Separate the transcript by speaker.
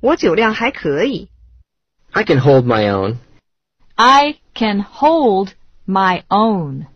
Speaker 1: 我酒量还可以。
Speaker 2: I can hold my own.
Speaker 3: I can hold my own.